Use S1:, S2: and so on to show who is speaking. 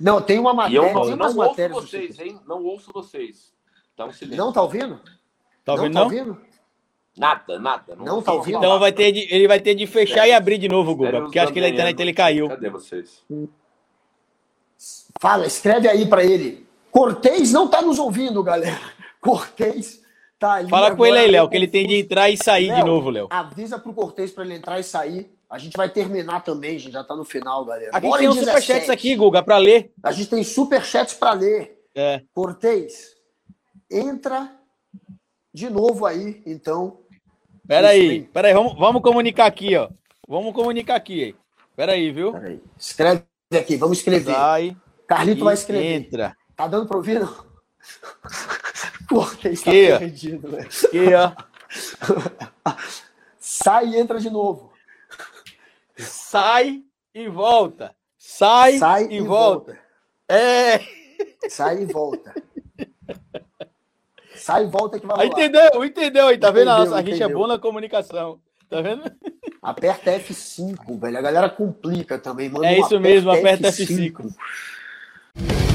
S1: Não, tem uma matéria.
S2: E eu não,
S1: tem
S2: não
S1: umas
S2: ouço
S1: matérias do
S2: vocês, hein? Não ouço vocês. Tá um silêncio.
S1: Não tá ouvindo?
S3: Tá ouvindo,
S1: não?
S3: não?
S1: Tá ouvindo?
S2: Nada, nada.
S1: Não
S2: ouço
S1: tá ouvindo?
S2: falar.
S3: Então vai ter de- ele vai ter de fechar e abrir de novo, Guga,
S2: Sérios
S3: porque acho que ele, a internet
S2: Damiano.
S3: ele caiu.
S2: Cadê vocês?
S1: Fala, escreve aí pra ele. Cortez não tá nos ouvindo, galera. Cortez tá ali.
S3: Fala com
S1: agora,
S3: ele aí, Léo,
S1: meio
S3: que ele tem de
S1: confuso.
S3: entrar e sair de
S1: Léo,
S3: novo, Léo.
S1: Avisa pro Cortez pra ele entrar e sair. A gente vai terminar também, gente. Já tá no final, galera.
S3: Aqui
S1: Bora
S3: tem
S1: em
S3: uns
S1: 17.
S3: superchats aqui, Guga, pra ler.
S1: A gente tem superchats pra ler.
S3: É.
S1: Cortez, entra de novo aí, então.
S3: Pera
S1: Isso
S3: aí,
S1: aí.
S3: pera aí, vamos, vamos comunicar aqui, ó. Vamos comunicar aqui, hein. Pera aí, viu?
S1: Peraí. Escreve aqui, vamos escrever.
S3: Sai
S1: Carlito vai
S3: e
S1: escrever.
S3: entra.
S1: Tá dando pra ouvir, não? Cortez tá
S3: Que?
S1: perdido, velho.
S3: Aqui, ó.
S1: Sai e entra de novo.
S3: Sai e volta. Sai,
S1: Sai
S3: e, volta. É.
S1: Sai e volta. Sai e volta que vai
S3: Aí
S1: rolar.
S3: entendeu, entendeu aí, tá vendo? A
S1: Entendeu,
S3: nossa a gente é
S1: entendeu.
S3: boa na comunicação. Tá vendo?
S1: Aperta F5, velho. A galera complica também. Manda
S3: É
S1: um
S3: isso mesmo, aperta
S1: F5.
S3: F5.